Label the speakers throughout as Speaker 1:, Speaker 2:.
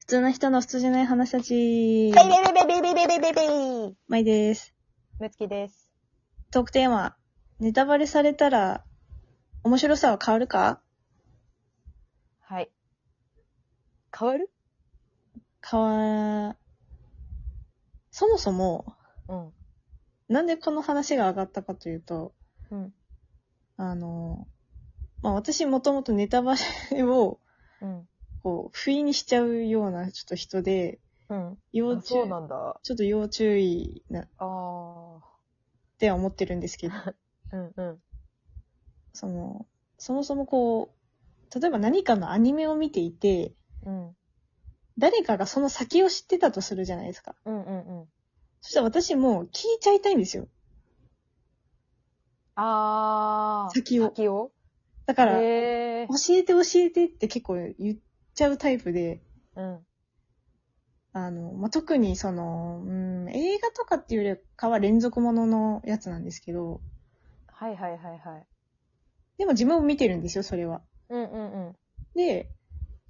Speaker 1: 普通の人の普通じゃない話たち
Speaker 2: ベ。イベイベイベイベイベイベイベイベイ
Speaker 1: まいです。
Speaker 2: むつきです。
Speaker 1: トークテーマ。ネタバレされたら、面白さは変わるか
Speaker 2: はい。変わる
Speaker 1: 変わ、そもそも、
Speaker 2: うん。
Speaker 1: なんでこの話が上がったかというと、
Speaker 2: うん。
Speaker 1: あの、まあ、私もともとネタバレを、
Speaker 2: うん。
Speaker 1: こう、不意にしちゃうようなちょっと人で、
Speaker 2: うん。
Speaker 1: 要
Speaker 2: あ
Speaker 1: 注意
Speaker 2: そ、うなんだ。あ
Speaker 1: ちょっと要注意な、っ
Speaker 2: あー。
Speaker 1: ては思ってるんですけど、
Speaker 2: うんうん。
Speaker 1: その、そもそもこう、例えば何かのアニメを見ていて、
Speaker 2: うん。
Speaker 1: 誰かがその先を知ってたとするじゃないですか。
Speaker 2: うんうんうん。
Speaker 1: そしたら私もう聞いちゃいたいんですよ。
Speaker 2: ああ。
Speaker 1: 先を
Speaker 2: 先を
Speaker 1: だから、教
Speaker 2: へえ。
Speaker 1: えて教えてって結構言っちゃうタイプで、
Speaker 2: うん。
Speaker 1: あの、まあ、特にその、うん、映画とかっていうよりかは連続もののやつなんですけど、
Speaker 2: はいはいはいはい。
Speaker 1: でも自分も見てるんですよ、それは。
Speaker 2: うんうんうん。
Speaker 1: で、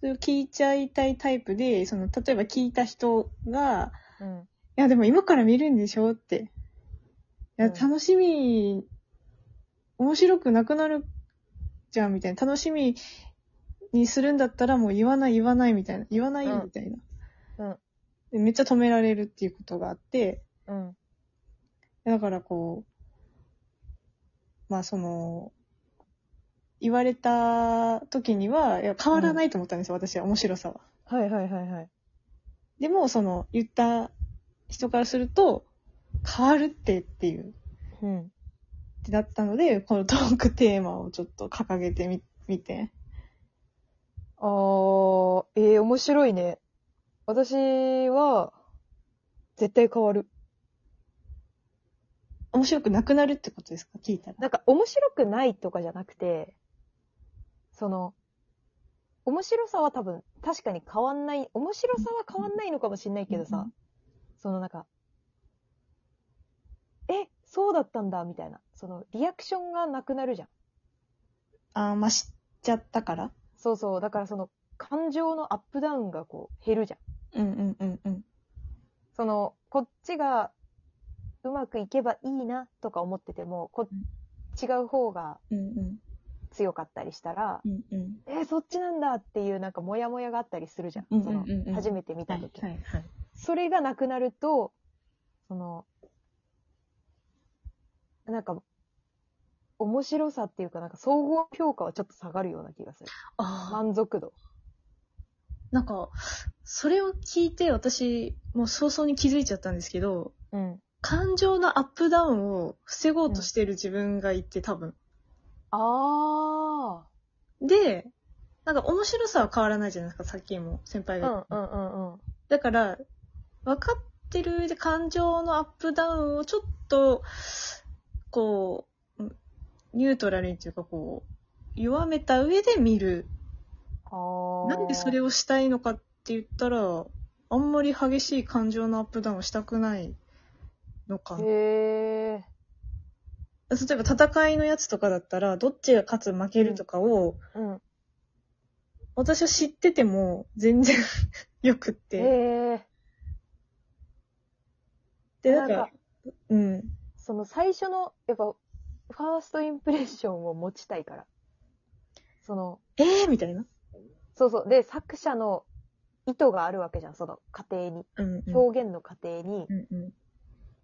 Speaker 1: それを聞いちゃいたいタイプで、その、例えば聞いた人が、
Speaker 2: うん。
Speaker 1: いや、でも今から見るんでしょって。いや、
Speaker 2: うん
Speaker 1: 楽しみ、面白くなくなるじゃん、みたいな。楽しみにするんだったらもう言わない、言わない、みたいな。言わないよ
Speaker 2: う、ん
Speaker 1: みたいな、
Speaker 2: うん
Speaker 1: で。めっちゃ止められるっていうことがあって、
Speaker 2: うん。
Speaker 1: だからこう、まあその、言われた時には、いや、変わらないと思ったんですよ、私は、面白さは。
Speaker 2: はいはいはいはい。
Speaker 1: でも、その、言った人からすると、変わるってっていう。
Speaker 2: うん。
Speaker 1: ってなったので、このトークテーマをちょっと掲げてみ、みて。
Speaker 2: あー、えー、面白いね。私は、絶対変わる。
Speaker 1: 面白くなくなるってことですか聞いたら。
Speaker 2: なんか面白くないとかじゃなくて、その、面白さは多分、確かに変わんない、面白さは変わんないのかもしんないけどさ、そのなんか、え、そうだったんだ、みたいな。その、リアクションがなくなるじゃん。
Speaker 1: あー、まあ、知っちゃったから。
Speaker 2: そうそう。だからその、感情のアップダウンがこう、減るじゃん。
Speaker 1: うんうんうんうん。
Speaker 2: その、こっちが、うまくいけばいいな、とか思ってても、こ、違う方が
Speaker 1: うんうん。
Speaker 2: 強かったりしたら、
Speaker 1: うんうん。
Speaker 2: えーそっちなんだっていうなんかモヤモヤがあったりするじゃん。
Speaker 1: うん
Speaker 2: そ
Speaker 1: うんうんうん
Speaker 2: の初めて見た時、
Speaker 1: はいはい。
Speaker 2: それがなくなると、その、なんか、面白さっていうか、なんか総合評価はちょっと下がるような気がする。
Speaker 1: ああ、
Speaker 2: 満足度。
Speaker 1: なんか、それを聞いて私、もう早々に気づいちゃったんですけど、
Speaker 2: うん。
Speaker 1: 感情のアップダウンを防ごうとしている自分がいて、多分。
Speaker 2: あ
Speaker 1: で、なんか面白さは変わらないじゃないですか、さっきも先輩
Speaker 2: ー。
Speaker 1: が
Speaker 2: う
Speaker 1: 言っ
Speaker 2: んうんうんうん。
Speaker 1: だから、分かってる上で感情のアップダウンをちょっと、こう、んニュートラルにというかこう、弱めた上で見る。
Speaker 2: あー。
Speaker 1: なんでそれ
Speaker 2: を。
Speaker 1: をしたいのかって言ったら、あんまり激しい感情のアップダウンをしたくないのかな。例
Speaker 2: へー。
Speaker 1: えば戦いのやつとかだったら、どっちが勝つ負けるとかを、
Speaker 2: うん。
Speaker 1: 私は知ってても全然 よくって。
Speaker 2: へ
Speaker 1: で、
Speaker 2: ー。
Speaker 1: な
Speaker 2: なんん
Speaker 1: か
Speaker 2: か、、
Speaker 1: うん。
Speaker 2: その最初の、やっぱ、ファーストインプレッションを持ちたいから。その、
Speaker 1: えーみたいな。
Speaker 2: そうそう。で、作者の意図があるわけじゃん、その過程に。
Speaker 1: うん、うん。
Speaker 2: 表現の過程に、
Speaker 1: うんうん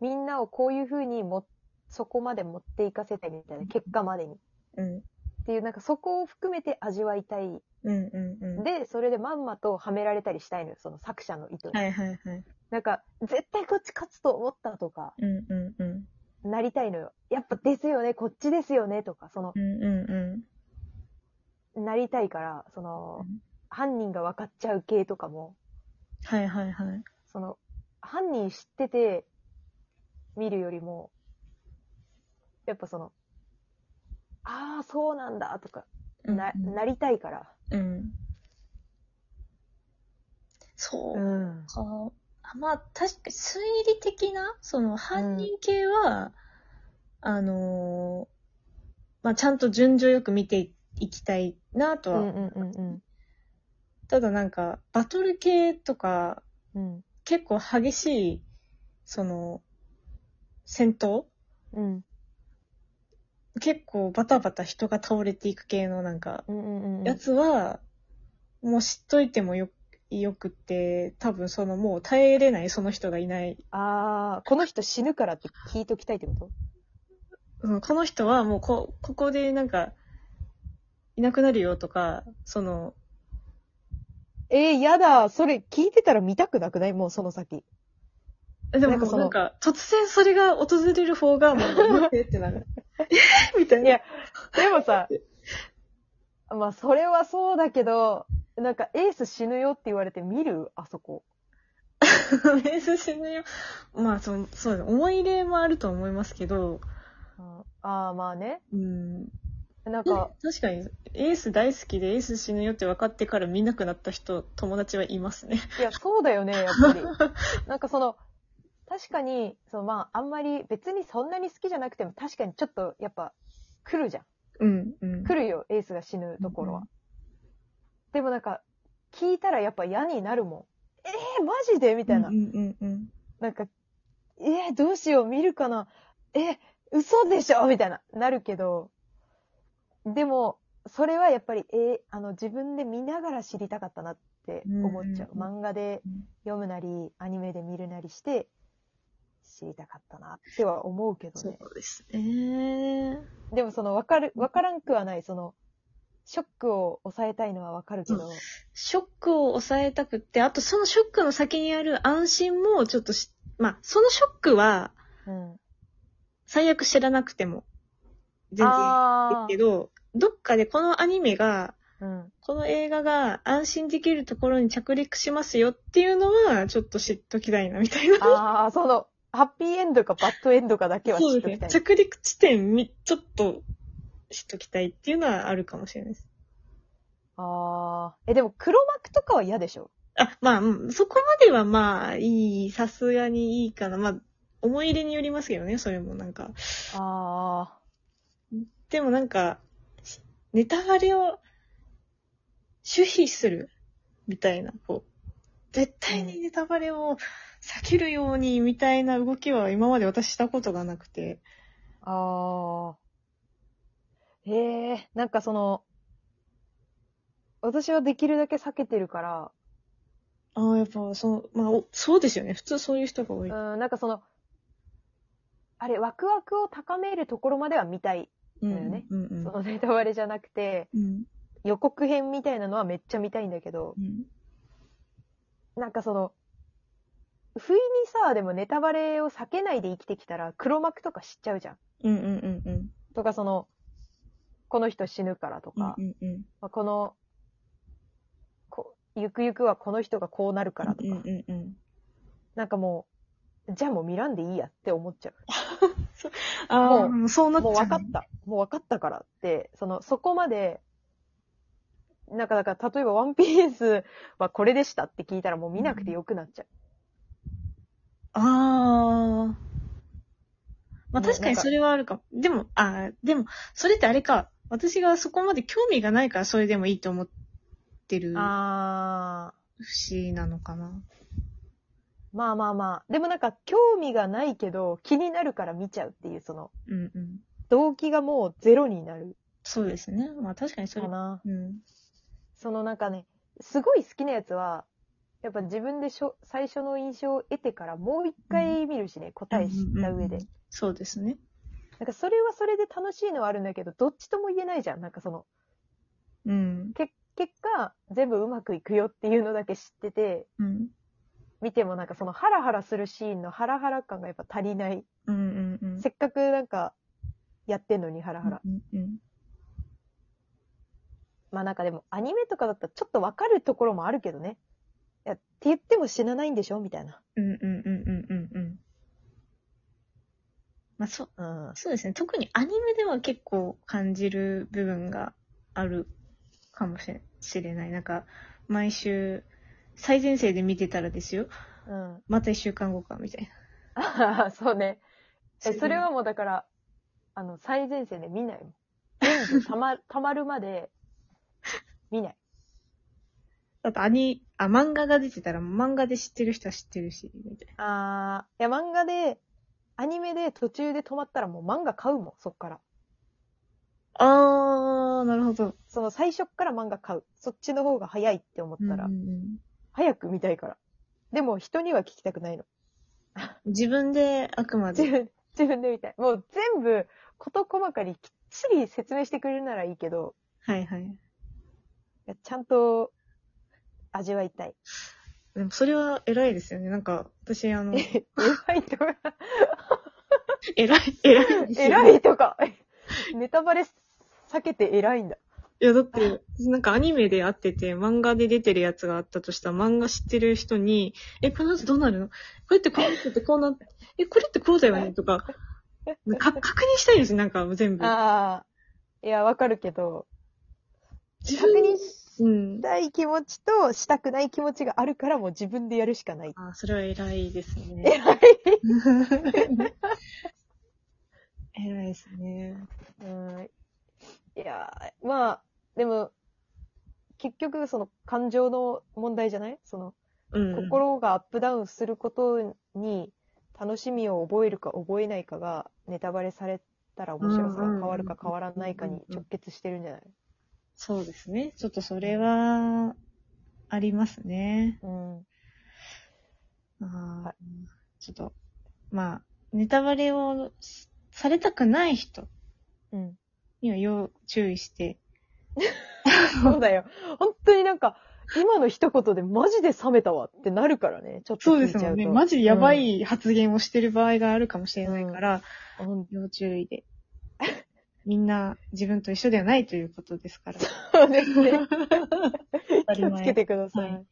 Speaker 2: みんなをこういう風にも、そこまで持っていかせてみたいな、結果までに。っ
Speaker 1: うん。
Speaker 2: ていう、なんかそこを含めて味わいたい。
Speaker 1: うんうんうん。
Speaker 2: で、それでまんまとはめられたりしたいのよ、その作者の意図に。
Speaker 1: はいはいはい。
Speaker 2: なんか、絶対こっち勝つと思ったとか、
Speaker 1: うんうんうん。
Speaker 2: なりたいのよ。やっぱですよね、こっちですよね、とか、その
Speaker 1: う、んうんうん。
Speaker 2: なりたいから、その
Speaker 1: うん、
Speaker 2: 犯人が分かっちゃう系とかも、
Speaker 1: はいはいはい。
Speaker 2: その、犯人知ってて、見るよりも、やっぱその、ああ、そうなんだ、とか、な、
Speaker 1: うんうん
Speaker 2: なりたいから。
Speaker 1: うん。そう。
Speaker 2: ん。
Speaker 1: かあまあ、確かに推理的な、その犯人系は、あのーまあちゃんと順序よく見ていきたいなと
Speaker 2: うん
Speaker 1: は
Speaker 2: うんうんうん。
Speaker 1: ただなんか、バトル系とか、
Speaker 2: うん。
Speaker 1: 結構激しい、その、戦闘
Speaker 2: うん。
Speaker 1: 結構バタバタ人が倒れていく系のなんか、
Speaker 2: うんうんうんうん。
Speaker 1: やつは、もう知っといてもよ、よくって、多分そのもう耐えれないその人がいない。
Speaker 2: ああ、この人死ぬからって聞いときたいってこと
Speaker 1: うんこの人はもうこ、ここでなんか、いなくなるよとか、その、
Speaker 2: えー、やだ。それ聞いてたら見たくなくないもうその先。
Speaker 1: でもなん
Speaker 2: な
Speaker 1: ん
Speaker 2: か
Speaker 1: か
Speaker 2: その
Speaker 1: なんか突然それが訪れる方が、もう、待ってってなる。 えみたい
Speaker 2: い
Speaker 1: な。
Speaker 2: やでもさ、まあそれはそうだけど、なんかエース死ぬよって言われて見るあそこ。
Speaker 1: 面接のよ。まあ、その、そうです。思い入れもあると思いますけど、
Speaker 2: ああー、まあね。
Speaker 1: うん。
Speaker 2: なん
Speaker 1: え
Speaker 2: か、
Speaker 1: 確かに、エース大好きでエース死ぬよって分かってから見なくなった人、友達はいますね。
Speaker 2: いや、そうだよね、や っぱり。なんかその、確かに、そのまあ、あんまり別にそんなに好きじゃなくても、確かにちょっとやっぱ来るじゃん。
Speaker 1: うん、うん。
Speaker 2: 来るよ、エースが死ぬところは。
Speaker 1: うん
Speaker 2: でもなんか、聞いたらやっぱ嫌になるもん。えー、マジでみたいな。
Speaker 1: うんうんうん
Speaker 2: なんか、えー、どうしよう、見るかな。えー、嘘でしょみたいな、なるけど。でも、それはやっぱり、えーあの、自分で見ながら知りたかったなって思っちゃう。
Speaker 1: うんうん
Speaker 2: 漫画で読むなり、アニメで見るなりして、知りたかったなっては思うけど
Speaker 1: そ
Speaker 2: ね。
Speaker 1: うですね。
Speaker 2: でもその、わかる、わからんくはない、その、ショックを抑えたいのはわかるけど、
Speaker 1: ショックを抑えたくって、あとそのショックの先にある安心もちょっとし、まあ、そのショックは
Speaker 2: うん。
Speaker 1: 最悪知らなくても、全然い
Speaker 2: あ
Speaker 1: いけど、どっかでこのアニメが、
Speaker 2: ーうん。
Speaker 1: この映画が安心できるところに着陸しますよっていうのは、ちょっと知っときたいな、みたいな。
Speaker 2: ああ、その、ハッピーエンドかバッドエンドかだけは
Speaker 1: そ
Speaker 2: 知
Speaker 1: う
Speaker 2: っと
Speaker 1: で
Speaker 2: き
Speaker 1: す
Speaker 2: た
Speaker 1: ね。
Speaker 2: い。
Speaker 1: 着陸地点み、ちょっと知っときたいっていうのはあるかもしれないです。
Speaker 2: ああ。え、でも黒幕とかは嫌でしょ
Speaker 1: あ、まあ、うんそこまではまあ、いい、さすがにいいかな。まあ、思い入れによりますけどね、それもなんか。
Speaker 2: ああ。
Speaker 1: でもなんか、しネタバレを、守秘する、みたいな、こう。絶対にネタバレを避けるように、みたいな動きは今まで私したことがなくて。
Speaker 2: ああ。ええなんかその、私はできるだけ避けてるから、
Speaker 1: ああ、やっぱ、そう、まあ、おそうですよね。普通そういう人が多い。
Speaker 2: うん、なんかその、あれ、ワクワクを高めるところまでは見たい。
Speaker 1: うん
Speaker 2: だよね
Speaker 1: うんうん
Speaker 2: そのネタバレじゃなくて、
Speaker 1: うん。
Speaker 2: 予告編みたいなのはめっちゃ見たいんだけど、
Speaker 1: うん。
Speaker 2: なんかその、不意にさ、でもネタバレを避けないで生きてきたら黒幕とか知っちゃうじゃん。
Speaker 1: うんうんうんうん。
Speaker 2: とかその、この人死ぬからとか、
Speaker 1: うんうん
Speaker 2: まあこの、こゆくゆくはこの人がこうなるからと
Speaker 1: う
Speaker 2: か、
Speaker 1: んうんうん。
Speaker 2: なんかもう、じゃあもう見らんでいいやって思っちゃ
Speaker 1: あ
Speaker 2: も
Speaker 1: あ、 そうな
Speaker 2: う。
Speaker 1: っちゃ
Speaker 2: も
Speaker 1: う。
Speaker 2: う分かった。もう分かったからって、その、そこまで、なんかだから、例えばワンピースはこれでしたって聞いたらもう見なくてよくなっちゃう。
Speaker 1: ああ。まあ
Speaker 2: ね
Speaker 1: 確か
Speaker 2: なん
Speaker 1: に
Speaker 2: か
Speaker 1: それはあるかも。でも、ああ、でも、それってあれか。私がそこまで興味がないからそれでもいいと思ってる
Speaker 2: あ
Speaker 1: 節なのかな。
Speaker 2: ー、まあまあまあ。でもなんか、興味がないけど、気になるから見ちゃうっていう、その、
Speaker 1: うんうん。
Speaker 2: 動機がもうゼロになる
Speaker 1: そうですね。まあ確かにそ
Speaker 2: か
Speaker 1: れ。
Speaker 2: な。
Speaker 1: うん。
Speaker 2: そのなんかね、すごい好きなやつは、やっぱ自分でしょ最初の印象を得てからもう一回見るしね、答え知った
Speaker 1: う
Speaker 2: 上で。
Speaker 1: んうんうんそうですね。
Speaker 2: なんかそれはそれで楽しいのはあるんだけど、どっちとも言えないじゃん。なんかその、
Speaker 1: うん。
Speaker 2: け結果、全部うまくいくよっていうのだけ知ってて、
Speaker 1: うん。
Speaker 2: 見てもなんかそのハラハラするシーンのハラハラ感がやっぱ足りない。
Speaker 1: うんうんうん。
Speaker 2: せっかくなんか、やってんのにハラハラ。
Speaker 1: うんうん。
Speaker 2: まあなんかでもアニメとかだったらちょっとわかるところもあるけどね。いや、って言っても死なないんでしょみたいな。
Speaker 1: うんうんうんうんうんうん。まあそう、
Speaker 2: うん。
Speaker 1: そうですね。特にアニメでは結構感じる部分があるかもしれしれない。なんか、毎週、最前線で見てたらですよ。
Speaker 2: うん。
Speaker 1: また一週間後か、みたいな。
Speaker 2: ああ、 そうね。
Speaker 1: そ
Speaker 2: え、
Speaker 1: う
Speaker 2: それはもうだから、あの、最前線で見ないも ん。全部たま、たまるまで、見ない。
Speaker 1: あと、アニ、あ、漫画が出てたら、漫画で知ってる人は知ってるし、みたい
Speaker 2: あー、いや、漫画で、アニメで途中で止まったらもう漫画買うもん、そっから。
Speaker 1: な。あー、なるほど。
Speaker 2: その最初っから漫画買う。そっちの方が早いって思ったら、
Speaker 1: うんうんうん
Speaker 2: 早く見たいから。でも人には聞きたくないの。
Speaker 1: 自分で、あくま
Speaker 2: 自
Speaker 1: で。
Speaker 2: 分、自分で見たい。もう全部、事細かにきっちり説明してくれるならいいけど、
Speaker 1: はいはい。
Speaker 2: いやちゃんと味わいたい。
Speaker 1: でも、それは偉いですよね。なんか、私、 あの、
Speaker 2: 偉いとか、
Speaker 1: 偉い、偉い ですよ。
Speaker 2: 偉いとか、ネタバレ避けて偉いんだ。
Speaker 1: いや、だって、なんかアニメで会ってて、漫画で出てるやつがあったとしたら、漫画知ってる人に、え、このやつどうなるのこれってこうやってこうなって、え、これってこうだよねとか、か確認したいですなんか全部。
Speaker 2: ああ、いや、わかるけど、
Speaker 1: 自
Speaker 2: 確
Speaker 1: 分
Speaker 2: 認
Speaker 1: うん。
Speaker 2: したい気持ちとしたくない気持ちがあるからもう自分でやるしかない。
Speaker 1: あ、それは偉いです ね。
Speaker 2: 偉い。
Speaker 1: 偉いですね。
Speaker 2: うんいやー、まあ、でも、結局その感情の問題じゃないその、
Speaker 1: うん。
Speaker 2: 心がアップダウンすることに楽しみを覚えるか覚えないかがネタバレされたら面白さが変わるか変わらないかに直結してるんじゃない
Speaker 1: そうですね。ちょっとそれは、ありますね。
Speaker 2: うん。
Speaker 1: あ
Speaker 2: は
Speaker 1: ーちょっと、まあ、ネタバレをしされたくない人
Speaker 2: うん。
Speaker 1: には要注意して、
Speaker 2: そうだよ。本当になんか、今の一言でマジで冷めたわってなるからね。ちょっと
Speaker 1: そう
Speaker 2: 聞
Speaker 1: で
Speaker 2: いち
Speaker 1: す
Speaker 2: ゃうと。
Speaker 1: もんね。マジでやばい発言をしてる場合があるかもしれないから、
Speaker 2: うん。うん
Speaker 1: 要注意で。 みんな自分と一緒ではないということですから。
Speaker 2: そうですね。
Speaker 1: 当た
Speaker 2: 気
Speaker 1: り
Speaker 2: をつ
Speaker 1: 前
Speaker 2: けてください。
Speaker 1: はい